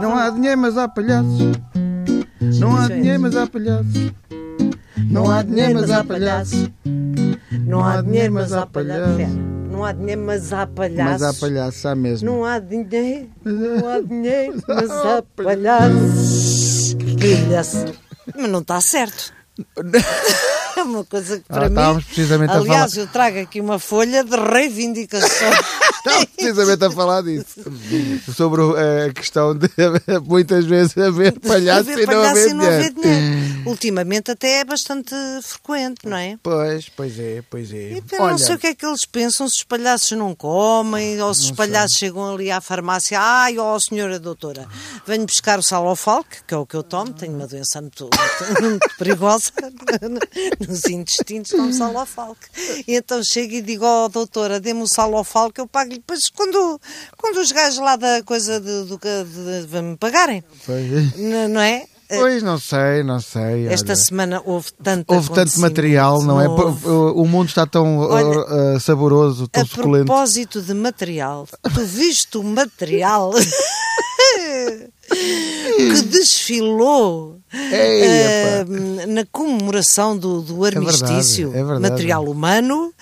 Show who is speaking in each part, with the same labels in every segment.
Speaker 1: Não há dinheiro, mas há palhaços. Não há dinheiro, mas há palhaços. Não há dinheiro, mas há palhaços.
Speaker 2: Não há dinheiro, mas há palhaços. Pera, Não há dinheiro, mas há palhaços.
Speaker 1: Mas há palhaços, há mesmo.
Speaker 2: Não há dinheiro, não há dinheiro, mas há palhaços. Palhaço. Mas não está certo. É uma coisa que
Speaker 1: Ah,
Speaker 2: para mim.
Speaker 1: estávamos precisamente a
Speaker 2: Aliás, eu trago aqui uma folha de reivindicações.
Speaker 1: Estava precisamente a falar disso. Sobre o- a questão de muitas vezes haver palhaço
Speaker 2: haver
Speaker 1: e não
Speaker 2: palhaço
Speaker 1: haver
Speaker 2: e não haver
Speaker 1: dinheiro.
Speaker 2: dinheiro. Ultimamente até é bastante frequente, não é?
Speaker 1: Pois, pois é, pois é.
Speaker 2: E eu não sei o que é que eles pensam, se os palhaços não comem,
Speaker 1: Ah,
Speaker 2: ou se os palhaços chegam ali à farmácia, ai, ó senhora doutora, venho buscar o sal ao falque, que é o que eu tomo, tenho uma doença muito, muito perigosa, nos intestinos tomo sal ao falque. E então chego e digo, ó doutora, dê-me o sal ao falque, eu pago-lhe, depois quando, quando os gajos lá da coisa de, do que- de- de- me pagarem,
Speaker 1: Pois,
Speaker 2: n- não é?
Speaker 1: pois não sei, não sei.
Speaker 2: Esta
Speaker 1: olha.
Speaker 2: semana houve tanto
Speaker 1: Houve tanto
Speaker 2: acontecimento,
Speaker 1: material, não é?
Speaker 2: não houve.
Speaker 1: O mundo está tão uh,
Speaker 2: Olha,
Speaker 1: uh, saboroso, tão
Speaker 2: A
Speaker 1: suculento.
Speaker 2: propósito de material, tu viste o material que desfilou
Speaker 1: Ei,
Speaker 2: eh, na comemoração do, do
Speaker 1: verdade,
Speaker 2: armistício?
Speaker 1: é verdade.
Speaker 2: Material humano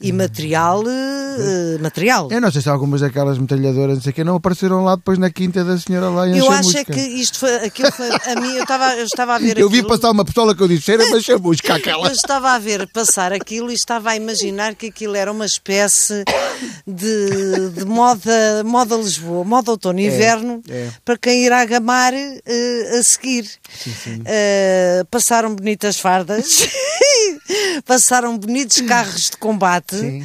Speaker 2: e material. eh, material.
Speaker 1: Eu não sei se algumas daquelas metralhadoras, não sei o que, não apareceram lá depois na quinta da senhora lá em
Speaker 2: Eu acho
Speaker 1: Chamusca.
Speaker 2: é que isto foi. Aquilo foi a mim, eu estava eu estava a ver
Speaker 1: Eu vi
Speaker 2: aquilo.
Speaker 1: passar uma pistola que eu disse, era uma chamusca
Speaker 2: Eu
Speaker 1: aquela.
Speaker 2: estava a ver passar aquilo e estava a imaginar que aquilo era uma espécie de, de moda, moda Lisboa, moda outono e inverno,
Speaker 1: é.
Speaker 2: para quem irá gamar eh, a seguir. Eh, passaram bonitas fardas, passaram bonitos carros de combate.
Speaker 1: Sim.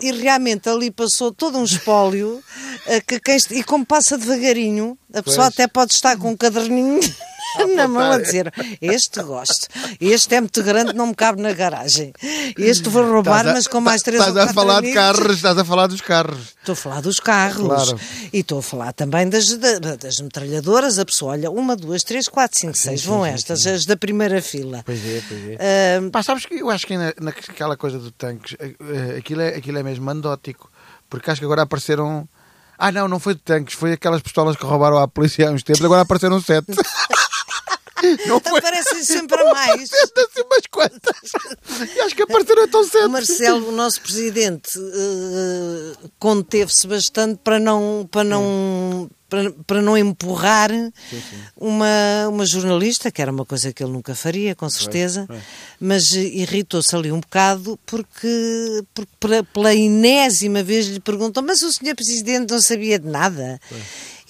Speaker 2: E realmente ali passou todo um espólio eh, que quem est- e como passa devagarinho, a pessoa até pode estar com um caderninho na mão a dizer este gosto, este é muito grande, não me cabe na garagem. Este vou roubar,
Speaker 1: Estás a-
Speaker 2: mas com mais três ou
Speaker 1: Estás a
Speaker 2: quatro
Speaker 1: falar de
Speaker 2: amigos."
Speaker 1: carros, estás a falar dos carros.
Speaker 2: Estou a falar dos carros
Speaker 1: Claro.
Speaker 2: e estou a falar também das, da- das metralhadoras. A pessoa olha, uma, duas, três, quatro, cinco, seis, vão estas, as da primeira fila.
Speaker 1: Pois é, pois é.
Speaker 2: Ah,
Speaker 1: Pá, sabes que eu acho que na- naquela coisa do tanques, eh, eh, aquilo é, aquilo é mesmo mandótico. Porque acho que agora apareceram. Ah, não, não foi de tanques, foi aquelas pistolas que roubaram à polícia há uns tempos, agora apareceram sete. não foi.
Speaker 2: então aparecem sempre a mais.
Speaker 1: Sete assim umas quantas. E acho que apareceram tão sete.
Speaker 2: O Marcelo, o nosso presidente, eh, conteve-se bastante para não, para não, para, para não empurrar Uma, uma jornalista, que era uma coisa que ele nunca faria, com certeza, mas eh, irritou-se ali um bocado porque, porque pela, pela enésima vez lhe perguntou: Mas o senhor presidente não sabia de nada?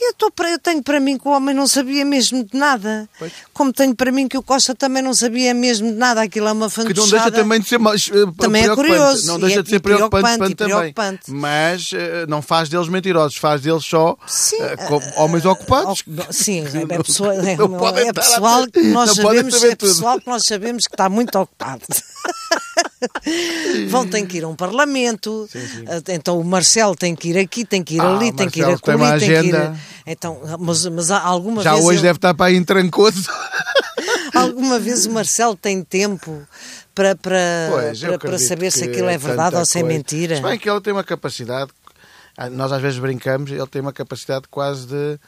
Speaker 2: Eu, estou para- eu tenho para mim que o homem não sabia mesmo de nada. Como tenho para mim que o Costa também não sabia mesmo de nada. Aquilo é uma
Speaker 1: Que
Speaker 2: fantochada.
Speaker 1: não deixa também de ser mais, eh,
Speaker 2: Também é
Speaker 1: preocupante.
Speaker 2: curioso,
Speaker 1: Não
Speaker 2: e
Speaker 1: deixa
Speaker 2: é-
Speaker 1: de ser
Speaker 2: e preocupante,
Speaker 1: preocupante,
Speaker 2: e
Speaker 1: também.
Speaker 2: preocupante.
Speaker 1: Mas eh, não faz deles mentirosos, faz deles só
Speaker 2: Sim,
Speaker 1: eh,
Speaker 2: ah,
Speaker 1: como homens ocupados.
Speaker 2: Ao- Sim, é, pessoa- é-
Speaker 1: não podem
Speaker 2: é
Speaker 1: estar a-
Speaker 2: pessoal que nós
Speaker 1: não podem
Speaker 2: sabemos,
Speaker 1: saber
Speaker 2: é
Speaker 1: tudo.
Speaker 2: pessoal que nós sabemos que está muito ocupado. Vão ter que ir a um parlamento, então o Marcelo tem que ir aqui, tem que ir
Speaker 1: Ah,
Speaker 2: ali,
Speaker 1: o
Speaker 2: tem que ir
Speaker 1: Marcelo
Speaker 2: aqui,
Speaker 1: tem uma
Speaker 2: tem, que ir.
Speaker 1: agenda.
Speaker 2: Então, mas, mas há alguma
Speaker 1: Já
Speaker 2: vez Ah,
Speaker 1: hoje
Speaker 2: ele-
Speaker 1: deve estar para aí em trancoso.
Speaker 2: alguma vez o Marcelo tem tempo para, para,
Speaker 1: Pois, eu
Speaker 2: para, para
Speaker 1: acredito
Speaker 2: saber se
Speaker 1: que
Speaker 2: aquilo é verdade
Speaker 1: tanta
Speaker 2: ou se é
Speaker 1: coisa.
Speaker 2: mentira?
Speaker 1: Se bem que ele tem uma capacidade, ah, nós às vezes brincamos, ele tem uma capacidade quase de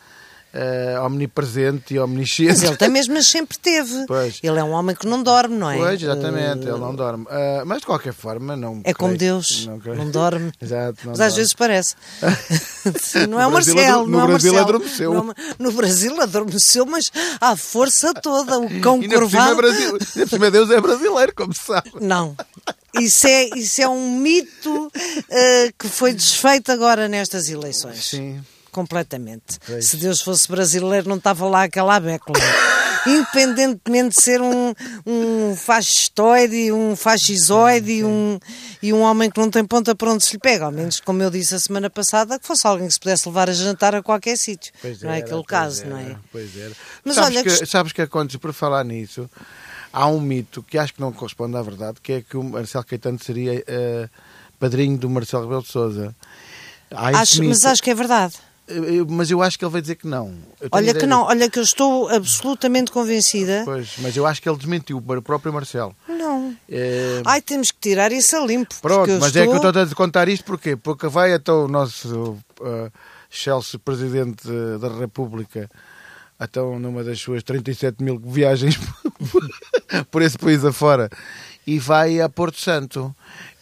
Speaker 1: eh, omnipresente e
Speaker 2: Mas ele
Speaker 1: omnisciente.
Speaker 2: também mesmo mas sempre teve.
Speaker 1: Pois.
Speaker 2: Ele é um homem que não dorme, não é?
Speaker 1: Pois, exatamente, ele não dorme. Ah, mas de qualquer forma, não.
Speaker 2: É como
Speaker 1: creio-
Speaker 2: Deus, não,
Speaker 1: creio-
Speaker 2: dorme.
Speaker 1: Exato, não
Speaker 2: Mas às
Speaker 1: dorme.
Speaker 2: vezes parece. Sim, não é o
Speaker 1: No Brasil
Speaker 2: Marcelo,
Speaker 1: adro-
Speaker 2: não é
Speaker 1: no
Speaker 2: o
Speaker 1: Brasil
Speaker 2: Marcelo.
Speaker 1: adormeceu.
Speaker 2: Não é o- no Brasil adormeceu, mas à força toda, o cão
Speaker 1: E ainda por cima é
Speaker 2: corvado.
Speaker 1: Brasil. Ainda por cima Deus é brasileiro, como se sabe.
Speaker 2: Não. Isso é, isso é um mito eh, que foi desfeito agora nestas eleições.
Speaker 1: Sim.
Speaker 2: Completamente.
Speaker 1: Pois.
Speaker 2: Se Deus fosse brasileiro, não estava lá aquela abécula. Independentemente de ser um, um fascistoide, um fascisoide e um, e um homem que não tem ponta para onde se lhe pega, ao menos, como eu disse a semana passada, que fosse alguém que se pudesse levar a jantar a qualquer sítio.
Speaker 1: Pois
Speaker 2: Não é
Speaker 1: era,
Speaker 2: aquele
Speaker 1: pois
Speaker 2: caso,
Speaker 1: era,
Speaker 2: não é?
Speaker 1: Pois era.
Speaker 2: Mas
Speaker 1: sabes,
Speaker 2: olha,
Speaker 1: que,
Speaker 2: gost-
Speaker 1: sabes que acontece, por falar nisso, há um mito que acho que não corresponde à verdade, que é que o Marcelo Caetano seria eh, padrinho do Marcelo Rebelo de Souza. Há esse
Speaker 2: Acho-
Speaker 1: mito.
Speaker 2: mas acho que é verdade.
Speaker 1: Eh, eh, mas eu acho que ele vai dizer que não. Eu tenho
Speaker 2: Olha
Speaker 1: ideia
Speaker 2: que não, olha que eu estou absolutamente convencida.
Speaker 1: disso. Pois, mas eu acho que ele desmentiu o próprio Marcelo.
Speaker 2: Não.
Speaker 1: Eh,
Speaker 2: Ai, temos que tirar isso a limpo.
Speaker 1: Pronto,
Speaker 2: porque eu
Speaker 1: mas
Speaker 2: estou...
Speaker 1: é que eu estou a te contar isto porquê? Porque vai até o nosso uh, Chelsea Presidente eh, da República então numa das suas 37 mil viagens por esse país afora, e vai a Porto Santo.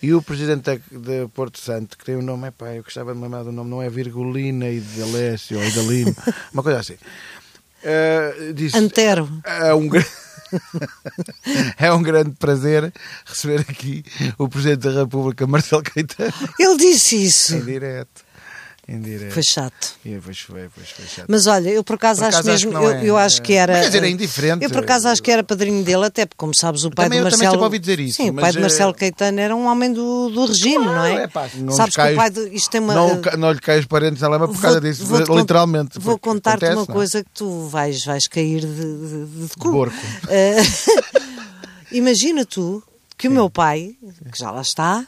Speaker 1: E o presidente da- de Porto Santo, que tem um nome, epá, eu gostava de me lembrar do nome, não é Virgulina e de Alessio ou de Lino, uma coisa assim. Eh, disse,
Speaker 2: Antero.
Speaker 1: é um, gra- é um grande prazer receber aqui o Presidente da República, Marcelo Caetano.
Speaker 2: Ele disse isso.
Speaker 1: Em direto. Em direto.
Speaker 2: Foi chato.
Speaker 1: E Pois foi, pois foi chato.
Speaker 2: Mas olha, eu por acaso,
Speaker 1: Por acaso
Speaker 2: acho mesmo,
Speaker 1: acho que não
Speaker 2: eu,
Speaker 1: é.
Speaker 2: eu acho que era.
Speaker 1: Mas, quer dizer, é indiferente.
Speaker 2: Eu por acaso acho que era padrinho dele, até porque, como sabes, o pai
Speaker 1: Também-
Speaker 2: do
Speaker 1: eu também
Speaker 2: Marcelo.
Speaker 1: sempre ouvi dizer isso,
Speaker 2: Sim, o
Speaker 1: mas,
Speaker 2: pai de
Speaker 1: eh,
Speaker 2: Marcelo Caetano era um homem do, do regime, não é?
Speaker 1: é pá, não
Speaker 2: sabes
Speaker 1: lhe
Speaker 2: que o
Speaker 1: cais-
Speaker 2: pai do. Isto tem uma.
Speaker 1: não, ca- não lhe caem os parentes à lama por causa disso,
Speaker 2: vou-te cont-
Speaker 1: literalmente.
Speaker 2: Vou
Speaker 1: porque
Speaker 2: contar-te
Speaker 1: acontece,
Speaker 2: uma
Speaker 1: não é?
Speaker 2: coisa que tu vais, vais cair de, de, de- de cu.
Speaker 1: Borco.
Speaker 2: Eh, imagina tu que o meu pai, que já lá está,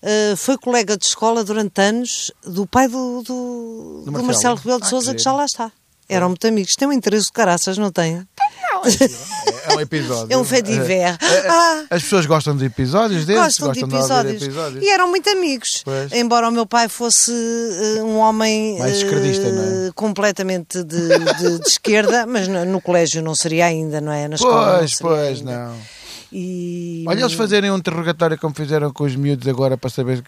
Speaker 2: eh, foi colega de escola durante anos do pai do, do, do
Speaker 1: Marcelo.
Speaker 2: Marcelo Rebelo de
Speaker 1: Ah,
Speaker 2: Souza,
Speaker 1: que
Speaker 2: que já lá está. Eram muito amigos. Tem um interesse de caraças, não tem?
Speaker 1: É um episódio.
Speaker 2: É um fediver.
Speaker 1: eh,
Speaker 2: Ah,
Speaker 1: As pessoas gostam de episódios desses,
Speaker 2: gostam de
Speaker 1: ouvir
Speaker 2: episódios.
Speaker 1: episódios.
Speaker 2: E eram muito amigos.
Speaker 1: Pois.
Speaker 2: Embora o meu pai fosse eh, um homem
Speaker 1: Mais esquerdista,
Speaker 2: eh,
Speaker 1: não é?
Speaker 2: completamente de, de- de esquerda, mas no, no colégio não seria ainda, não é? Na
Speaker 1: Pois,
Speaker 2: escola. não seria
Speaker 1: pois,
Speaker 2: ainda.
Speaker 1: não.
Speaker 2: E...
Speaker 1: Olha, eles fazerem um interrogatório como fizeram com os miúdos agora para saber.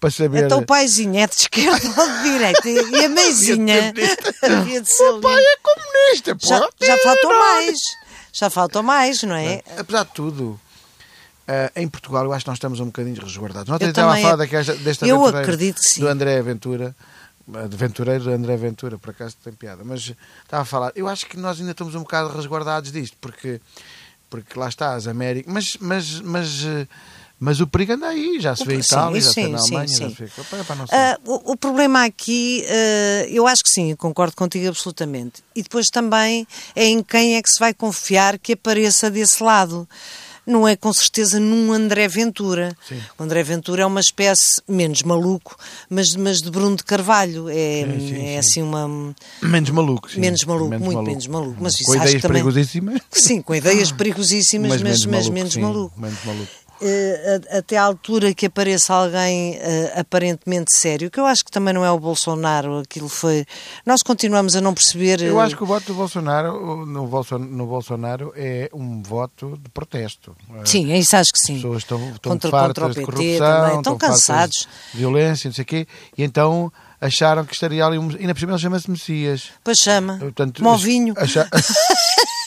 Speaker 1: Para saber...
Speaker 2: Então o paizinho é de esquerda ou de direita? E a mãezinha havia de ser
Speaker 1: O pai
Speaker 2: ali.
Speaker 1: é comunista, pô.
Speaker 2: já, já faltou mais. Já faltou mais, não é?
Speaker 1: Apesar de tudo, eh, em Portugal eu acho que nós estamos um bocadinho resguardados. Nós
Speaker 2: Eu
Speaker 1: estava a
Speaker 2: também
Speaker 1: falar
Speaker 2: ac-
Speaker 1: daquela- desta
Speaker 2: eu
Speaker 1: aventureira
Speaker 2: acredito que sim.
Speaker 1: do André Aventura. eh, De Ventureiro, do André Ventura, por acaso tem piada, mas estava a falar, eu acho que nós ainda estamos um bocado resguardados disto, porque, porque lá está as Américas, mas, mas, mas, eh, mas o perigo anda aí, já se vê em
Speaker 2: Sim,
Speaker 1: Itália, já se vê
Speaker 2: sim,
Speaker 1: na
Speaker 2: sim,
Speaker 1: Alemanha, já
Speaker 2: sim.
Speaker 1: se vê. Pá, pá, não sei.
Speaker 2: Ah, o, o problema aqui, ah, eu acho que sim, eu concordo contigo absolutamente. E depois também é em quem é que se vai confiar que apareça desse lado. Não é com certeza num André Ventura. O André Ventura é uma espécie menos maluco, mas, mas de Bruno de Carvalho. É,
Speaker 1: Sim, sim,
Speaker 2: é assim uma.
Speaker 1: menos maluco, sim.
Speaker 2: menos maluco, muito menos maluco, mas isso
Speaker 1: Com
Speaker 2: acho
Speaker 1: ideias
Speaker 2: que também-
Speaker 1: perigosíssimas,
Speaker 2: Sim, com ideias
Speaker 1: Ah,
Speaker 2: perigosíssimas, mas, mas menos
Speaker 1: sim,
Speaker 2: maluco.
Speaker 1: menos maluco.
Speaker 2: Eh, a- até à altura que apareça alguém eh, aparentemente sério, que eu acho que também não é o Bolsonaro, aquilo foi. Nós continuamos a não perceber.
Speaker 1: Eu
Speaker 2: eh,
Speaker 1: acho que o voto do Bolsonaro no, Bolson- no Bolsonaro é um voto de protesto.
Speaker 2: Sim, é isso acho que sim.
Speaker 1: As pessoas estão, estão
Speaker 2: Contra-
Speaker 1: fartas
Speaker 2: contra o
Speaker 1: de
Speaker 2: PT
Speaker 1: corrupção,
Speaker 2: também, estão
Speaker 1: fartas
Speaker 2: cansados.
Speaker 1: de violência, não sei o quê, e então acharam que estaria ali um. Ainda por cima ele chama-se Messias.
Speaker 2: Pois chama.
Speaker 1: Portanto,
Speaker 2: Movinho.
Speaker 1: acha-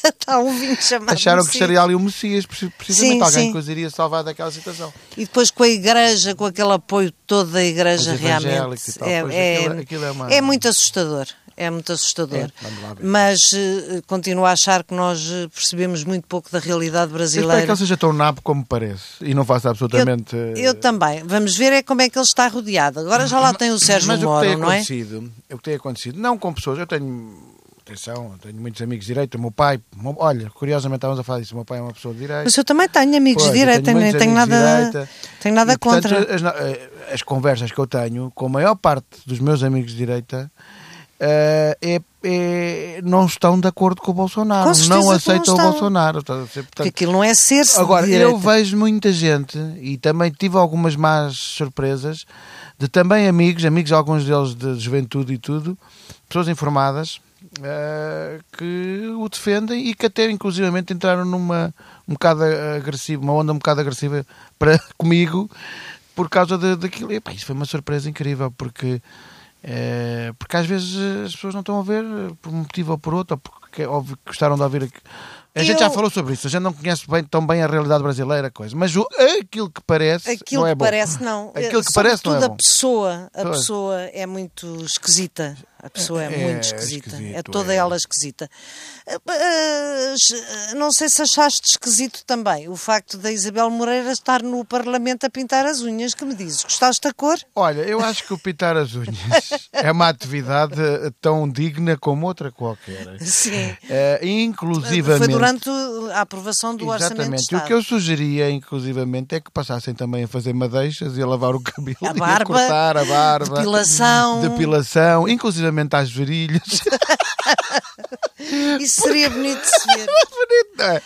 Speaker 2: Está um vinho chamado.
Speaker 1: acharam que
Speaker 2: Messias.
Speaker 1: estaria ali um Messias, preci- precisamente
Speaker 2: Sim,
Speaker 1: alguém
Speaker 2: sim.
Speaker 1: que os iria salvar daquela situação.
Speaker 2: E depois com a igreja, com aquele apoio todo da igreja,
Speaker 1: Os
Speaker 2: realmente.
Speaker 1: evangélicos e tal, pois, aquilo- aquilo é uma-
Speaker 2: muito assustador. É muito assustador.
Speaker 1: É, vamos lá ver.
Speaker 2: Mas eh, continuo a achar que nós eh, percebemos muito pouco da
Speaker 1: Eu espero
Speaker 2: realidade
Speaker 1: é que
Speaker 2: brasileira.
Speaker 1: ele seja tão nabo como parece e não faça absolutamente. eh,
Speaker 2: Eu, eu também. Vamos ver é como é que ele está rodeado. Agora já lá tem o Sérgio
Speaker 1: Mas o que
Speaker 2: Moro,
Speaker 1: tem
Speaker 2: não é?
Speaker 1: acontecido, o que tem acontecido, não com pessoas, eu tenho, atenção, eu tenho muitos amigos de direito, o meu pai, o meu- olha, curiosamente estávamos a falar disso, o meu pai é uma pessoa de direito.
Speaker 2: Mas eu também tenho amigos
Speaker 1: Pois,
Speaker 2: de
Speaker 1: eu
Speaker 2: direita,
Speaker 1: tenho
Speaker 2: nem
Speaker 1: muitos
Speaker 2: tenho
Speaker 1: amigos de
Speaker 2: nada,
Speaker 1: direita.
Speaker 2: tenho nada
Speaker 1: E, portanto,
Speaker 2: contra.
Speaker 1: As, no- eh, as conversas que eu tenho com a maior parte dos meus amigos de direita eh, é- é- não estão de acordo com o Bolsonaro,
Speaker 2: Com certeza que
Speaker 1: não
Speaker 2: não
Speaker 1: aceitam o
Speaker 2: estão.
Speaker 1: Bolsonaro. estás a dizer,
Speaker 2: Porque
Speaker 1: portanto,
Speaker 2: aquilo não é ser-se. de
Speaker 1: Agora, eu
Speaker 2: direita.
Speaker 1: vejo muita gente e também tive algumas más surpresas de também amigos, amigos, alguns deles de juventude e tudo, pessoas informadas eh, que o defendem e que até inclusivamente entraram numa um bocado agressiva, uma onda um bocado agressiva para comigo por causa de- daquilo. E, pá, isso foi uma surpresa incrível porque eh, porque às vezes eh, as pessoas não estão a ver eh, por um motivo ou por outro, ou porque óbvio, que gostaram de ouvir. aqui- A gente já
Speaker 2: Eu-
Speaker 1: falou falou sobre isso, a gente não conhece bem, tão bem a realidade brasileira, coisa. Mas o, aquilo que parece
Speaker 2: Aquilo
Speaker 1: não é
Speaker 2: que
Speaker 1: bom.
Speaker 2: parece não.
Speaker 1: Aquilo que
Speaker 2: Eh,
Speaker 1: parece não é
Speaker 2: sobretudo
Speaker 1: bom.
Speaker 2: a pessoa, a
Speaker 1: Pois.
Speaker 2: pessoa é muito esquisita. A pessoa é,
Speaker 1: É,
Speaker 2: muito
Speaker 1: é
Speaker 2: esquisita. é
Speaker 1: esquisito,
Speaker 2: toda
Speaker 1: é.
Speaker 2: ela esquisita. Eh, eh, es- Não sei se achaste esquisito também o facto da Isabel Moreira estar no Parlamento a pintar as unhas. Que me dizes? Gostaste da cor?
Speaker 1: Olha, eu acho que o pintar as unhas é uma atividade eh, tão digna como outra qualquer.
Speaker 2: Sim.
Speaker 1: Eh, inclusivamente.
Speaker 2: Foi durante a aprovação do Orçamento de
Speaker 1: Exatamente. E o
Speaker 2: Estado.
Speaker 1: que eu sugeria, inclusivamente, é que passassem também a fazer madeixas e a lavar o cabelo,
Speaker 2: A
Speaker 1: e
Speaker 2: barba,
Speaker 1: a cortar a barba,
Speaker 2: depilação.
Speaker 1: depilação, inclusivamente às virilhas.
Speaker 2: Isso seria bonito de se ver.
Speaker 1: Bonito, não é?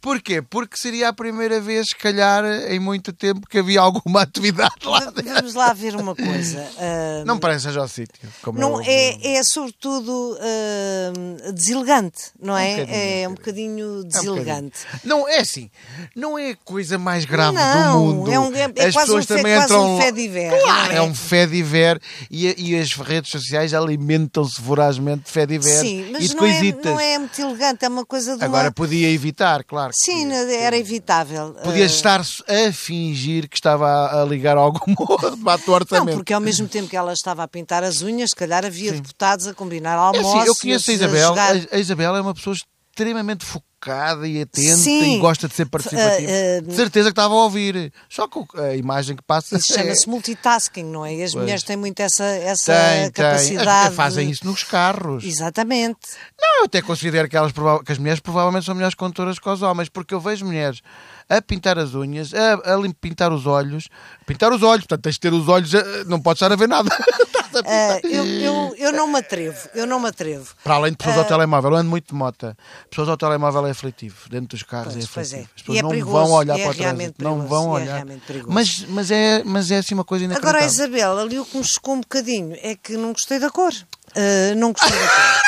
Speaker 1: Porquê? Porque seria a primeira vez, se calhar, em muito tempo que havia alguma atividade lá
Speaker 2: Va-
Speaker 1: dentro.
Speaker 2: Vamos lá ver uma coisa. Ah,
Speaker 1: Não parece seja o sítio. Como um
Speaker 2: não
Speaker 1: eu-
Speaker 2: é, é sobretudo ah, deselegante, não
Speaker 1: Um
Speaker 2: é?
Speaker 1: bocadinho,
Speaker 2: é um bocadinho
Speaker 1: É um bocadinho.
Speaker 2: deselegante.
Speaker 1: Não, é assim. Não é a coisa mais grave
Speaker 2: Não,
Speaker 1: do mundo.
Speaker 2: é um- é- é
Speaker 1: As
Speaker 2: quase
Speaker 1: pessoas
Speaker 2: um fé-
Speaker 1: também
Speaker 2: quase
Speaker 1: entram
Speaker 2: um
Speaker 1: lá-
Speaker 2: fediver,
Speaker 1: Claro,
Speaker 2: não é?
Speaker 1: é um fé diver e, a- e as redes sociais alimentam-se vorazmente de fé diver
Speaker 2: Sim,
Speaker 1: e
Speaker 2: mas
Speaker 1: de
Speaker 2: não é,
Speaker 1: coisitas.
Speaker 2: não é muito elegante, é uma coisa de
Speaker 1: Agora
Speaker 2: uma...
Speaker 1: podia evitar, claro. que
Speaker 2: Sim, é-
Speaker 1: podia.
Speaker 2: era evitável.
Speaker 1: Podia
Speaker 2: Ah,
Speaker 1: estar a fingir que estava a, a ligar algum outro para o
Speaker 2: Não,
Speaker 1: orçamento.
Speaker 2: porque ao mesmo tempo que ela estava a pintar as unhas, se calhar havia deputados a combinar almoços.
Speaker 1: É assim, eu conheço a Isabel.
Speaker 2: jogar-
Speaker 1: A, a Isabel é uma pessoa extremamente focada e atenta
Speaker 2: Sim.
Speaker 1: e gosta de ser participativa.
Speaker 2: Ah, ah,
Speaker 1: de certeza que estava a ouvir. Só que o- a imagem que passa é
Speaker 2: Isso chama-se multitasking, não é? E as
Speaker 1: Pois.
Speaker 2: mulheres têm muito essa, essa
Speaker 1: Tem, tem. As
Speaker 2: capacidade.
Speaker 1: mulheres fazem
Speaker 2: de-
Speaker 1: isso nos carros.
Speaker 2: Exatamente.
Speaker 1: Não, eu até considero que, elas, prova- que as mulheres provavelmente são melhores condutoras que os homens, porque eu vejo mulheres a pintar as unhas, a, a lim- pintar os olhos, pintar os olhos, portanto tens de ter os olhos, eh, não podes estar a ver nada. Estás a pintar.
Speaker 2: Ah, eu, eu, eu não me atrevo, eu não me atrevo.
Speaker 1: Para além de pessoas
Speaker 2: Ah.
Speaker 1: ao telemóvel, eu ando muito de mota. Pessoas ao telemóvel é aflitivo, dentro dos carros
Speaker 2: Pois,
Speaker 1: é
Speaker 2: pois
Speaker 1: aflitivo.
Speaker 2: é.
Speaker 1: As pessoas
Speaker 2: E é
Speaker 1: não
Speaker 2: perigoso,
Speaker 1: vão olhar
Speaker 2: e é
Speaker 1: para o
Speaker 2: realmente
Speaker 1: trânsito, não
Speaker 2: perigoso,
Speaker 1: vão
Speaker 2: e é
Speaker 1: olhar.
Speaker 2: realmente perigoso.
Speaker 1: mas, mas, é, mas é assim uma coisa
Speaker 2: Agora, a
Speaker 1: inacreditável.
Speaker 2: Isabel, ali o que me chocou um bocadinho é que não gostei da cor. Ah, não gostei da cor.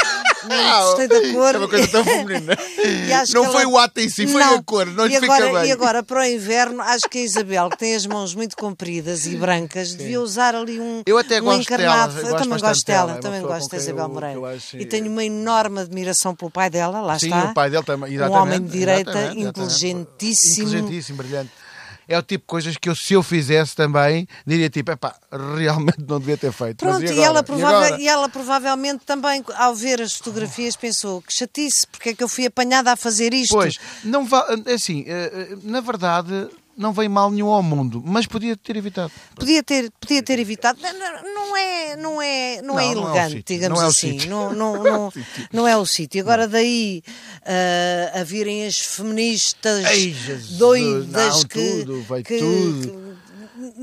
Speaker 2: Não gostei da cor.
Speaker 1: É uma coisa tão feminina.
Speaker 2: E acho
Speaker 1: não
Speaker 2: que
Speaker 1: foi
Speaker 2: ela-
Speaker 1: o ato em si, foi
Speaker 2: Não.
Speaker 1: a cor, não
Speaker 2: e
Speaker 1: lhe fica
Speaker 2: agora,
Speaker 1: bem.
Speaker 2: E agora, para o inverno, acho que a Isabel, que tem as mãos muito compridas e brancas, devia usar ali um,
Speaker 1: Eu até
Speaker 2: um
Speaker 1: gosto
Speaker 2: encarnado.
Speaker 1: dela, eu
Speaker 2: eu
Speaker 1: gosto
Speaker 2: também
Speaker 1: bastante
Speaker 2: gosto dela,
Speaker 1: dela, é uma
Speaker 2: também
Speaker 1: pessoa
Speaker 2: gosto
Speaker 1: com
Speaker 2: da
Speaker 1: quem
Speaker 2: Isabel
Speaker 1: eu-
Speaker 2: Moreira.
Speaker 1: que eu acho-
Speaker 2: E tenho uma enorme admiração pelo pai dela, lá
Speaker 1: Sim,
Speaker 2: está.
Speaker 1: o pai dele também.
Speaker 2: Um
Speaker 1: Exatamente,
Speaker 2: homem de direita,
Speaker 1: exatamente, exatamente.
Speaker 2: inteligentíssimo.
Speaker 1: Inteligentíssimo, brilhante. É o tipo de coisas que eu, se eu fizesse também, diria tipo, epá, realmente não devia ter feito. Mas
Speaker 2: Pronto, e,
Speaker 1: agora?
Speaker 2: ela provável-
Speaker 1: agora?
Speaker 2: e ela provavelmente também, ao ver as fotografias, pensou que chatice, porque é que eu fui apanhada a fazer isto?
Speaker 1: Pois, não va... assim, eh, eh, na verdade, não vem mal nenhum ao mundo, mas podia ter evitado.
Speaker 2: Podia ter, podia ter evitado. Não, não- não é, não é, não, é
Speaker 1: Não, não é o
Speaker 2: elegante,
Speaker 1: sítio.
Speaker 2: digamos
Speaker 1: Não é o
Speaker 2: assim.
Speaker 1: sítio.
Speaker 2: não, não, não, não é o sítio. Agora daí ah, a virem as feministas
Speaker 1: Ei, Jesus,
Speaker 2: doidas
Speaker 1: não,
Speaker 2: que,
Speaker 1: tudo, vai
Speaker 2: que-
Speaker 1: tudo.
Speaker 2: que-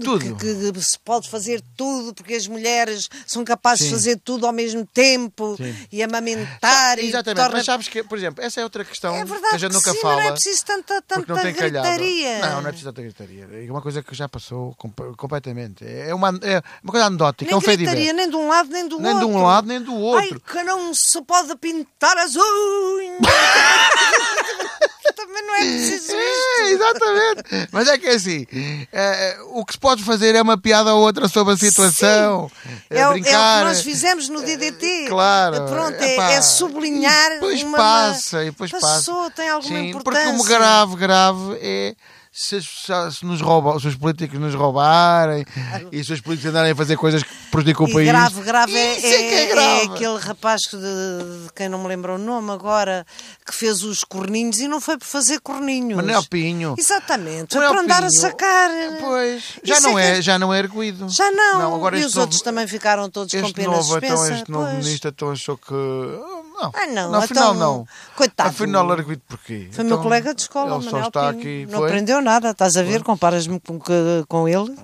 Speaker 1: Tudo.
Speaker 2: Que, que se pode fazer tudo porque as mulheres são capazes de fazer tudo ao mesmo tempo e amamentar e
Speaker 1: Exatamente,
Speaker 2: torna-
Speaker 1: mas sabes que, por exemplo, essa é outra questão
Speaker 2: é
Speaker 1: que
Speaker 2: verdade
Speaker 1: a gente
Speaker 2: que
Speaker 1: nunca
Speaker 2: sim, mas
Speaker 1: fala.
Speaker 2: não é preciso
Speaker 1: Porque
Speaker 2: tanta, tanta
Speaker 1: não tem calhado.
Speaker 2: gritaria
Speaker 1: Não, não é preciso tanta gritaria. É uma coisa que já passou com- completamente. É uma, é uma coisa anedótica, é um
Speaker 2: nem
Speaker 1: fé
Speaker 2: gritaria nem de um lado nem do
Speaker 1: Nem de
Speaker 2: outro
Speaker 1: um lado, nem do outro.
Speaker 2: Ai, que não se pode pintar as unhas. Também não é preciso isto.
Speaker 1: É, exatamente. Mas é que é assim: é, o que se pode fazer é uma piada ou outra sobre a situação.
Speaker 2: É, o- é o que
Speaker 1: brincar. é,
Speaker 2: nós fizemos no DDT.
Speaker 1: Claro.
Speaker 2: Pronto, é,
Speaker 1: Epá,
Speaker 2: é sublinhar.
Speaker 1: E depois
Speaker 2: uma,
Speaker 1: passa, e depois passa.
Speaker 2: Passou, tem alguma
Speaker 1: Sim,
Speaker 2: importância.
Speaker 1: Porque o grave, grave é. Se, as pessoas- se nos roubam, se os políticos nos roubarem e se os políticos andarem a fazer coisas que prejudicam o
Speaker 2: E
Speaker 1: país.
Speaker 2: grave, grave é,
Speaker 1: Isso é que é grave.
Speaker 2: aquele rapaz que de, de quem não me lembro o nome agora que fez os corninhos e não foi por fazer corninhos.
Speaker 1: Manuel Pinho.
Speaker 2: Exatamente, foi
Speaker 1: Manuel
Speaker 2: para andar a
Speaker 1: Pinho.
Speaker 2: sacar.
Speaker 1: É,
Speaker 2: eh,
Speaker 1: Pois, já
Speaker 2: Isso
Speaker 1: não
Speaker 2: que
Speaker 1: é, já não é erguido.
Speaker 2: Já não. e
Speaker 1: este
Speaker 2: os
Speaker 1: novo-
Speaker 2: outros também ficaram todos com
Speaker 1: Este
Speaker 2: pena
Speaker 1: novo,
Speaker 2: suspensa.
Speaker 1: então, este novo
Speaker 2: pois.
Speaker 1: ministro então achou que. oh, Não,
Speaker 2: Ah, não,
Speaker 1: no final
Speaker 2: então,
Speaker 1: não.
Speaker 2: coitado.
Speaker 1: Afinal, largou-te porquê?
Speaker 2: Foi
Speaker 1: Então,
Speaker 2: meu colega de escola,
Speaker 1: ele
Speaker 2: Manuel
Speaker 1: só está
Speaker 2: Pinho.
Speaker 1: aqui.
Speaker 2: Não
Speaker 1: foi?
Speaker 2: aprendeu nada, estás a ver? Comparas-me com, que- com ele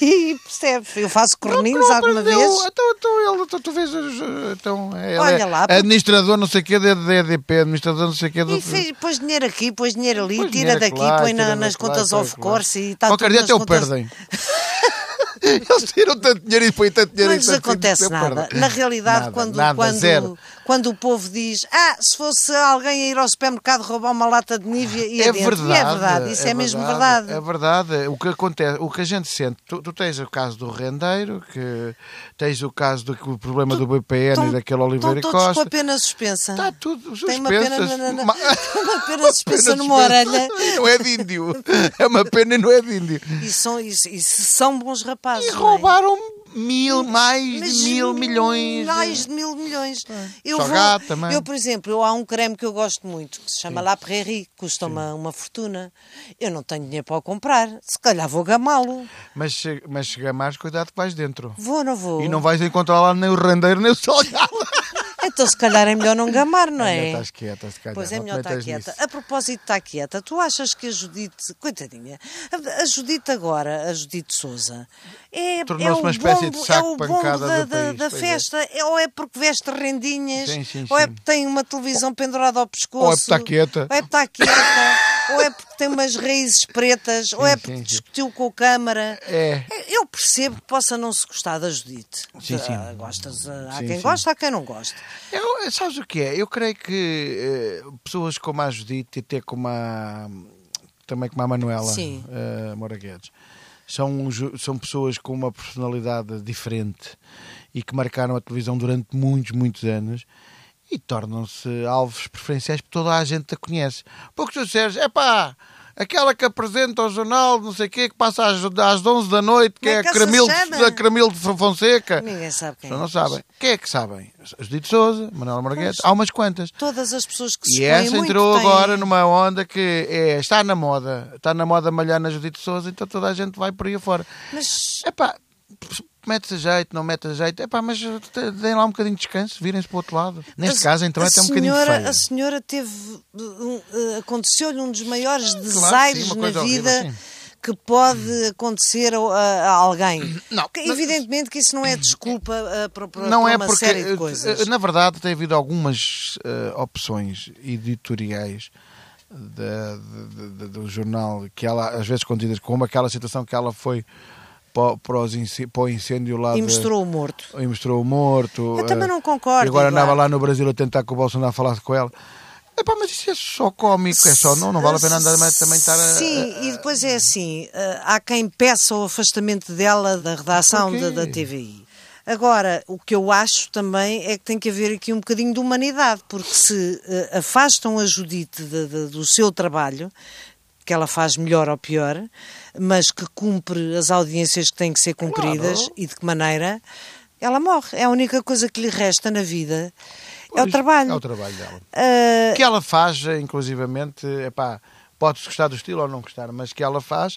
Speaker 2: e, percebes. Eu faço
Speaker 1: Não,
Speaker 2: corninhos
Speaker 1: não
Speaker 2: alguma
Speaker 1: aprendeu.
Speaker 2: vez.
Speaker 1: Então, então, ele, então, tu vês. os, eh, Então, é, ele
Speaker 2: Olha
Speaker 1: é
Speaker 2: lá, porque-
Speaker 1: Administrador, não sei o quê, da da EDP, administrador, não sei o quê. do-
Speaker 2: E fez, pôs dinheiro aqui, pôs dinheiro ali,
Speaker 1: Pois,
Speaker 2: tira
Speaker 1: dinheiro é que
Speaker 2: daqui,
Speaker 1: lá,
Speaker 2: põe na-
Speaker 1: tira
Speaker 2: nas
Speaker 1: daqui lá,
Speaker 2: contas
Speaker 1: tira
Speaker 2: off
Speaker 1: daqui lá.
Speaker 2: course e está
Speaker 1: Qualquer
Speaker 2: tudo
Speaker 1: dia um
Speaker 2: nas
Speaker 1: até o
Speaker 2: contas-
Speaker 1: perdem. Eles tiram tanto dinheiro e põem tanto dinheiro
Speaker 2: Não
Speaker 1: e
Speaker 2: lhes
Speaker 1: tanto dinheiro,
Speaker 2: acontece
Speaker 1: até
Speaker 2: nada.
Speaker 1: perdem.
Speaker 2: Na realidade,
Speaker 1: um Nada,
Speaker 2: quando,
Speaker 1: nada,
Speaker 2: quando,
Speaker 1: zero.
Speaker 2: quando o povo diz ah, se fosse alguém a ir ao supermercado roubar uma lata de Nívia, ia
Speaker 1: é
Speaker 2: dentro.
Speaker 1: verdade,
Speaker 2: e é verdade, isso é, mesmo verdade.
Speaker 1: É verdade. O que acontece, o que a gente sente, tu, tu tens o caso do rendeiro, que tens o caso do que o problema do BPN
Speaker 2: Estão-
Speaker 1: e daquele Oliveira
Speaker 2: estão todos
Speaker 1: Costa. Tá.
Speaker 2: com a pena suspensa.
Speaker 1: Está tudo
Speaker 2: Tem uma pena,
Speaker 1: suspensas.
Speaker 2: na- na-
Speaker 1: Ma-
Speaker 2: uma pena suspensa numa orelha.
Speaker 1: E Não é de índio. É uma pena e não é de índio.
Speaker 2: E são, e, e são bons rapazes.
Speaker 1: E
Speaker 2: não é?
Speaker 1: roubaram mil, mais
Speaker 2: Mas
Speaker 1: de mil milhões.
Speaker 2: Mais de mil milhões. Eu,
Speaker 1: Só
Speaker 2: vou,
Speaker 1: gato também.
Speaker 2: eu, por exemplo, eu- há um creme que eu gosto muito, que se chama La Prairie, que custa uma, uma fortuna. Eu não tenho dinheiro para o comprar. Se calhar vou gamá-lo.
Speaker 1: Mas, che- mas chega mais, cuidado que vais dentro.
Speaker 2: Vou ou não vou?
Speaker 1: E não vais encontrar lá nem o rendeiro nem o salgado.
Speaker 2: Então, se calhar é melhor não gamar, não
Speaker 1: Ainda
Speaker 2: é?
Speaker 1: Estás quieta, se calhar.
Speaker 2: Pois é,
Speaker 1: não te
Speaker 2: melhor estar
Speaker 1: metas
Speaker 2: quieta.
Speaker 1: nisso.
Speaker 2: A propósito de estar quieta, tu achas que a Judite, coitadinha, a- a Judite agora, a Judite Souza, é, é
Speaker 1: Tornou-se
Speaker 2: o
Speaker 1: uma espécie de
Speaker 2: bombo, é
Speaker 1: saco
Speaker 2: o bombo
Speaker 1: pancada
Speaker 2: da,
Speaker 1: do
Speaker 2: da-
Speaker 1: país,
Speaker 2: da
Speaker 1: pois é.
Speaker 2: festa, é, ou é porque veste rendinhas,
Speaker 1: Sim, sim,
Speaker 2: ou é
Speaker 1: sim.
Speaker 2: porque tem uma televisão pendurada ao pescoço,
Speaker 1: Ou é porque está quieta.
Speaker 2: ou é porque está quieta, ou é porque tem umas raízes pretas, ou é porque
Speaker 1: sim, sim.
Speaker 2: discutiu com o Câmara.
Speaker 1: É.
Speaker 2: Eu percebo que possa não se gostar da Judite.
Speaker 1: Sim, sim.
Speaker 2: Ah, Gostas, ah, há
Speaker 1: Sim,
Speaker 2: quem
Speaker 1: sim.
Speaker 2: gosta, há quem não gosta.
Speaker 1: Eu, sabes o que é? Eu creio que eh, pessoas como a Judite e até como a, também como a Manuela
Speaker 2: Sim.
Speaker 1: eh, Moura Guedes são, um ju- são pessoas com uma personalidade diferente e que marcaram a televisão durante muitos, muitos anos e tornam-se alvos preferenciais porque toda a gente a conhece. Poucos tu disseres, é pá, aquela que apresenta ao jornal, não sei o quê, que passa às, às 11 da noite, que
Speaker 2: Como é
Speaker 1: é,
Speaker 2: que
Speaker 1: a
Speaker 2: ela se
Speaker 1: Cremilde,
Speaker 2: chama?
Speaker 1: a Cremilde Fonseca.
Speaker 2: Ninguém sabe quem
Speaker 1: Só não
Speaker 2: é.
Speaker 1: sabem. Quem é que sabem? Judite Souza, Manuela Marguete, há umas quantas.
Speaker 2: Todas as pessoas que se
Speaker 1: E essa
Speaker 2: expõem muito
Speaker 1: entrou
Speaker 2: têm-
Speaker 1: agora numa onda que é, está na moda. Está na moda malhar na Judite Souza, então toda a gente vai por aí afora.
Speaker 2: Mas
Speaker 1: Epá, mete-se a jeito, não mete a jeito. Epá, mas te- deem lá um bocadinho de descanso, virem-se para o outro lado. Neste
Speaker 2: a-
Speaker 1: caso, então,
Speaker 2: a
Speaker 1: é até um bocadinho
Speaker 2: senhora-
Speaker 1: feio.
Speaker 2: A senhora teve. um, eh, Aconteceu-lhe um dos maiores
Speaker 1: Ah, sim,
Speaker 2: desaires
Speaker 1: uma
Speaker 2: na
Speaker 1: coisa horrível,
Speaker 2: vida.
Speaker 1: sim.
Speaker 2: Que pode acontecer a, a- a alguém.
Speaker 1: Não,
Speaker 2: Que,
Speaker 1: mas-
Speaker 2: Evidentemente que isso não é desculpa eh, para, para-
Speaker 1: não
Speaker 2: para
Speaker 1: é
Speaker 2: uma
Speaker 1: porque
Speaker 2: série de
Speaker 1: eh, eh,
Speaker 2: coisas.
Speaker 1: na verdade tem havido algumas eh, opções editoriais da- de- de- do jornal que ela às vezes contidas como aquela situação que ela foi para, para, os inci- para o incêndio lá
Speaker 2: e
Speaker 1: de-
Speaker 2: mostrou o morto.
Speaker 1: e mostrou o morto
Speaker 2: Eu também
Speaker 1: eh,
Speaker 2: não concordo,
Speaker 1: e agora andava
Speaker 2: Eduardo.
Speaker 1: lá no Brasil a tentar que o Bolsonaro falasse com ela Epá, mas isso é só cómico é só não, não vale a pena andar mas também estar a,
Speaker 2: Sim, e depois é assim: eh, há quem peça o afastamento dela da redação
Speaker 1: Porquê?
Speaker 2: da, da TVI. Agora, o que eu acho também é que tem que haver aqui um bocadinho de humanidade, porque se eh, afastam a Judite de- de- do seu trabalho, que ela faz melhor ou pior, mas que cumpre as audiências que têm que ser cumpridas
Speaker 1: Claro.
Speaker 2: e de que maneira, ela morre. É a única coisa que lhe resta na vida. é o
Speaker 1: Pois,
Speaker 2: trabalho.
Speaker 1: é o trabalho dela
Speaker 2: Ah,
Speaker 1: que ela faz, eh, inclusivamente, epá, pode-se gostar do estilo ou não gostar, mas que ela faz.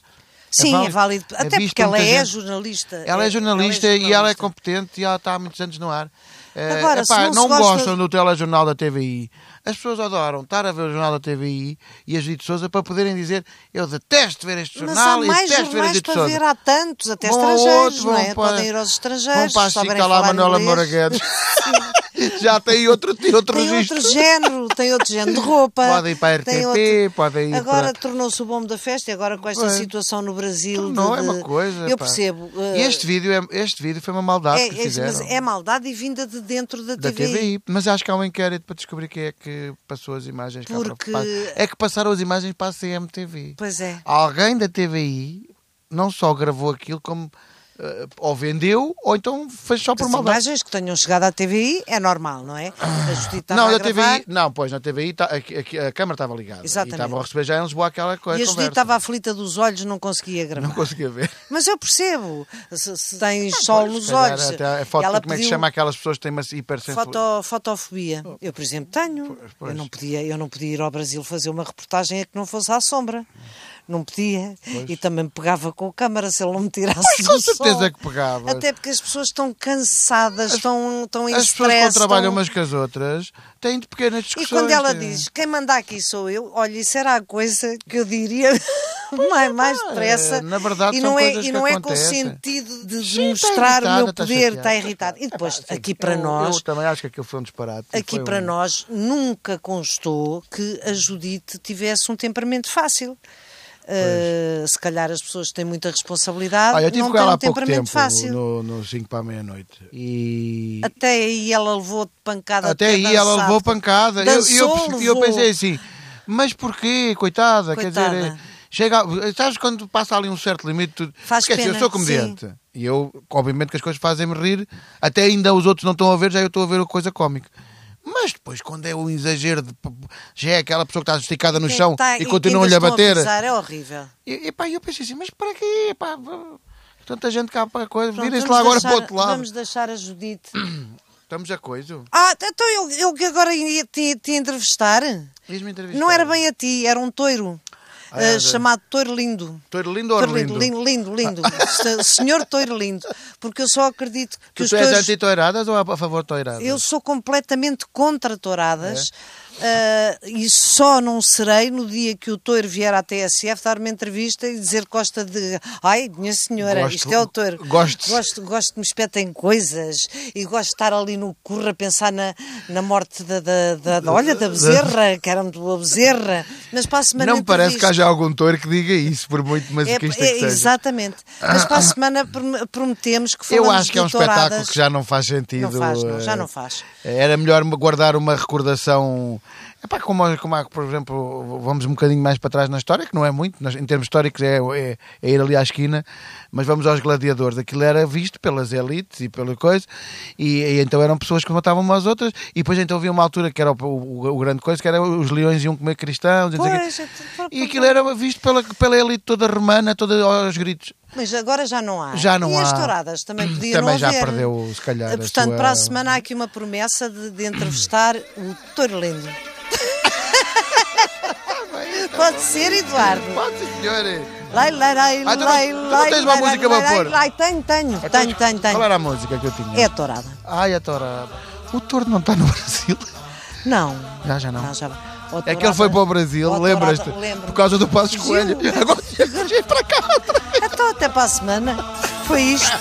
Speaker 2: Sim, é válido. Até
Speaker 1: visto
Speaker 2: porque
Speaker 1: por
Speaker 2: ela
Speaker 1: muita
Speaker 2: é
Speaker 1: gente.
Speaker 2: jornalista.
Speaker 1: Ela é jornalista e ela é
Speaker 2: jornalista.
Speaker 1: competente e ela está há muitos anos no ar. Eh,
Speaker 2: Agora, se
Speaker 1: epá,
Speaker 2: não se
Speaker 1: não,
Speaker 2: gosta-
Speaker 1: gostam do telejornal da TVI. As pessoas adoram estar a ver o jornal da TVI e a Judite Souza para poderem dizer eu detesto ver este
Speaker 2: Mas
Speaker 1: jornal
Speaker 2: há
Speaker 1: e
Speaker 2: mais
Speaker 1: detesto ver a
Speaker 2: jornais
Speaker 1: Judite
Speaker 2: para
Speaker 1: Souza.
Speaker 2: ver, há tantos, até
Speaker 1: Vão a
Speaker 2: estrangeiros,
Speaker 1: outro,
Speaker 2: não é?
Speaker 1: vão para-
Speaker 2: Podem ir aos estrangeiros,
Speaker 1: Vão para a
Speaker 2: saberem
Speaker 1: Chica lá,
Speaker 2: falar
Speaker 1: Manuela
Speaker 2: inglês.
Speaker 1: Moura Guedes. Já tem outro, tem outro
Speaker 2: Tem
Speaker 1: registro.
Speaker 2: outro género, tem outro género de roupa.
Speaker 1: Podem ir para a
Speaker 2: tem
Speaker 1: RTP, podem ir
Speaker 2: Agora
Speaker 1: para-
Speaker 2: tornou-se o bom da festa e agora com esta
Speaker 1: Pois.
Speaker 2: situação no Brasil. de-
Speaker 1: Não é
Speaker 2: de-
Speaker 1: uma coisa.
Speaker 2: Eu
Speaker 1: pá.
Speaker 2: percebo.
Speaker 1: E
Speaker 2: eh,
Speaker 1: este vídeo, é, este vídeo foi uma maldade
Speaker 2: é,
Speaker 1: que
Speaker 2: é- mas
Speaker 1: fizeram.
Speaker 2: é maldade e vinda de dentro da,
Speaker 1: da TVI, mas acho que há um inquérito para descobrir quem é que passou as imagens cá
Speaker 2: Porque-
Speaker 1: para fora. É que passaram as imagens para a CMTV.
Speaker 2: Pois é.
Speaker 1: Alguém da TVI não só gravou aquilo como eh, ou vendeu ou então fez só por
Speaker 2: As
Speaker 1: maldade.
Speaker 2: imagens que tenham chegado à TVI é normal, não é? A Judita
Speaker 1: Não,
Speaker 2: estava
Speaker 1: da
Speaker 2: a gravar.
Speaker 1: TVI, não, pois na TVI tá, aqui- aqui- a, câmara estava ligada.
Speaker 2: Exatamente.
Speaker 1: E estava a receber já em Lisboa aquela coisa.
Speaker 2: E a Judite
Speaker 1: conversa.
Speaker 2: estava aflita dos olhos, não conseguia gravar.
Speaker 1: Não conseguia ver.
Speaker 2: Mas eu percebo, se, se tens sol
Speaker 1: Pois,
Speaker 2: nos
Speaker 1: se calhar
Speaker 2: olhos.
Speaker 1: até a foto-
Speaker 2: Ela
Speaker 1: como é que
Speaker 2: pediu
Speaker 1: se chama aquelas pessoas que têm uma hipersensibilidade?
Speaker 2: Foto, fotofobia. Eu, por exemplo, tenho.
Speaker 1: pois.
Speaker 2: Eu, não podia, eu não podia ir ao Brasil fazer uma reportagem a que não fosse à sombra. Não podia. E também me pegava com a câmara se ele não me tirasse
Speaker 1: Pois, com
Speaker 2: do sol.
Speaker 1: certeza que pegavas.
Speaker 2: Até porque as pessoas estão cansadas, estão, estão em
Speaker 1: As pessoas que não
Speaker 2: stress.
Speaker 1: trabalham
Speaker 2: estão-
Speaker 1: umas com as outras têm de pequenas
Speaker 2: E
Speaker 1: discussões.
Speaker 2: quando ela
Speaker 1: é.
Speaker 2: diz, quem manda aqui sou eu, olha, isso era a coisa que eu diria mais, mais depressa.
Speaker 1: é, na verdade,
Speaker 2: e
Speaker 1: são
Speaker 2: não é,
Speaker 1: coisas
Speaker 2: e
Speaker 1: que
Speaker 2: não é com
Speaker 1: acontecem.
Speaker 2: sentido de
Speaker 1: Sim,
Speaker 2: demonstrar
Speaker 1: está irritada,
Speaker 2: o meu
Speaker 1: está
Speaker 2: poder,
Speaker 1: chateada.
Speaker 2: está irritado. E depois,
Speaker 1: Epá, sim,
Speaker 2: aqui para
Speaker 1: eu-
Speaker 2: nós,
Speaker 1: Eu também acho que aquilo foi um disparate.
Speaker 2: aqui
Speaker 1: Foi
Speaker 2: para
Speaker 1: um-
Speaker 2: nós, nunca constou que a Judite tivesse um temperamento fácil. Uh, se calhar as pessoas que têm muita responsabilidade
Speaker 1: Olha, Ah, eu estive
Speaker 2: não
Speaker 1: com
Speaker 2: têm
Speaker 1: ela
Speaker 2: um
Speaker 1: há pouco
Speaker 2: temperamento
Speaker 1: tempo,
Speaker 2: fácil.
Speaker 1: no, no 5 para a meia-noite. E
Speaker 2: Até aí ela levou de pancada.
Speaker 1: até aí ela
Speaker 2: dançado.
Speaker 1: levou pancada. E eu, e eu
Speaker 2: Dançou,
Speaker 1: percebi- eu
Speaker 2: levou.
Speaker 1: pensei assim, mas porquê, coitada? Quer dizer,
Speaker 2: Coitada.
Speaker 1: é- chega, a- sabes quando passa ali um certo limite, tu,
Speaker 2: Faz
Speaker 1: esquece,
Speaker 2: pena,
Speaker 1: eu sou comediante. E eu, obviamente que as coisas fazem-me rir, até ainda os outros não estão a ver, já eu estou a ver a coisa cómica. Mas depois, quando é um exagero, de, já é aquela pessoa que está esticada no
Speaker 2: Quem
Speaker 1: chão
Speaker 2: está-
Speaker 1: e
Speaker 2: que tá
Speaker 1: continuam-lhe
Speaker 2: ainda
Speaker 1: a
Speaker 2: estão
Speaker 1: bater.
Speaker 2: pisar, é horrível.
Speaker 1: E, e pá, eu pensei assim, mas para quê? Epá, v- tanta gente cá para a coisa,
Speaker 2: Pronto,
Speaker 1: virem-se
Speaker 2: vamos
Speaker 1: lá agora
Speaker 2: deixar-
Speaker 1: para o outro lado.
Speaker 2: Vamos deixar a Judite.
Speaker 1: Estamos a coisa.
Speaker 2: Ah, então eu, eu que agora ia te, te entrevistar. é.
Speaker 1: Diz-me entrevistar.
Speaker 2: Não era bem a ti, era um toiro. eh, chamado Toiro Lindo.
Speaker 1: Toiro lindo ou
Speaker 2: Toiro
Speaker 1: lindo?
Speaker 2: lindo, lindo, lindo. Se- Senhor Toiro Lindo. Porque eu só acredito que
Speaker 1: Tu,
Speaker 2: os
Speaker 1: tu és
Speaker 2: touros-
Speaker 1: anti-toiradas ou a a favor de toiradas?
Speaker 2: Eu sou completamente contra touradas eh, e só não serei no dia que o touro vier à TSF dar uma entrevista e dizer Costa de. Ai, minha senhora,
Speaker 1: Gosto-
Speaker 2: isto é o touro.
Speaker 1: gosto.
Speaker 2: Gosto, gosto que me espetem coisas e gosto de estar ali no curro a pensar na, na morte da, da, da, da- Olha, da bezerra, caramba, da bezerra. Mas para a semana.
Speaker 1: Não me parece que
Speaker 2: entrevisto.
Speaker 1: haja algum touro que diga isso, por
Speaker 2: É,
Speaker 1: muito masoquista que seja.
Speaker 2: Exatamente. Mas para a semana prom- prometemos que falamos
Speaker 1: Eu acho que é um
Speaker 2: de touradas.
Speaker 1: espetáculo que já não faz sentido.
Speaker 2: Não faz, não, já
Speaker 1: eh,
Speaker 2: não faz.
Speaker 1: Era melhor guardar uma recordação. Epá, como, como há, por exemplo, vamos um bocadinho mais para trás na história, que não é muito, nós- em termos históricos é, é- é ir ali à esquina, mas vamos aos gladiadores. Aquilo era visto pelas elites e pela coisa, e, e então eram pessoas que matavam umas às outras, e depois então havia uma altura que era o, o- o grande coisa, que era os leões iam comer cristãos, e não sei o quê.
Speaker 2: Pois, é tudo-
Speaker 1: e aquilo era visto pela, pela elite toda romana, toda aos gritos.
Speaker 2: Mas agora já não há.
Speaker 1: Já não
Speaker 2: e
Speaker 1: há.
Speaker 2: as touradas também podiam
Speaker 1: Também
Speaker 2: não
Speaker 1: já
Speaker 2: haver. Ah,
Speaker 1: perdeu, se calhar, a
Speaker 2: Portanto,
Speaker 1: sua-
Speaker 2: para a semana há aqui uma promessa de, de entrevistar o Touro Lindo. Pode ser, Eduardo.
Speaker 1: Pode, senhores!
Speaker 2: Lai, lai, lai,
Speaker 1: Ah, tu não-
Speaker 2: lai,
Speaker 1: tu não
Speaker 2: lai,
Speaker 1: tens uma
Speaker 2: lai,
Speaker 1: música
Speaker 2: lai,
Speaker 1: para
Speaker 2: lai,
Speaker 1: pôr? Então,
Speaker 2: lai, Tenho, tenho, tenho, tenho,
Speaker 1: Qual
Speaker 2: tenho.
Speaker 1: era a música que eu tinha?
Speaker 2: É a tourada.
Speaker 1: Ai, a tourada. O touro não está no Brasil.
Speaker 2: Não.
Speaker 1: Já, já não.
Speaker 2: Não, já vai. Ó,
Speaker 1: É que ele
Speaker 2: tourada.
Speaker 1: foi para o Brasil,
Speaker 2: Ó, tourada,
Speaker 1: lembras-te?
Speaker 2: lembro-me.
Speaker 1: Por causa do Passos
Speaker 2: Gil.
Speaker 1: Coelho. Agora vem para cá.
Speaker 2: Então até para a semana. Foi isto.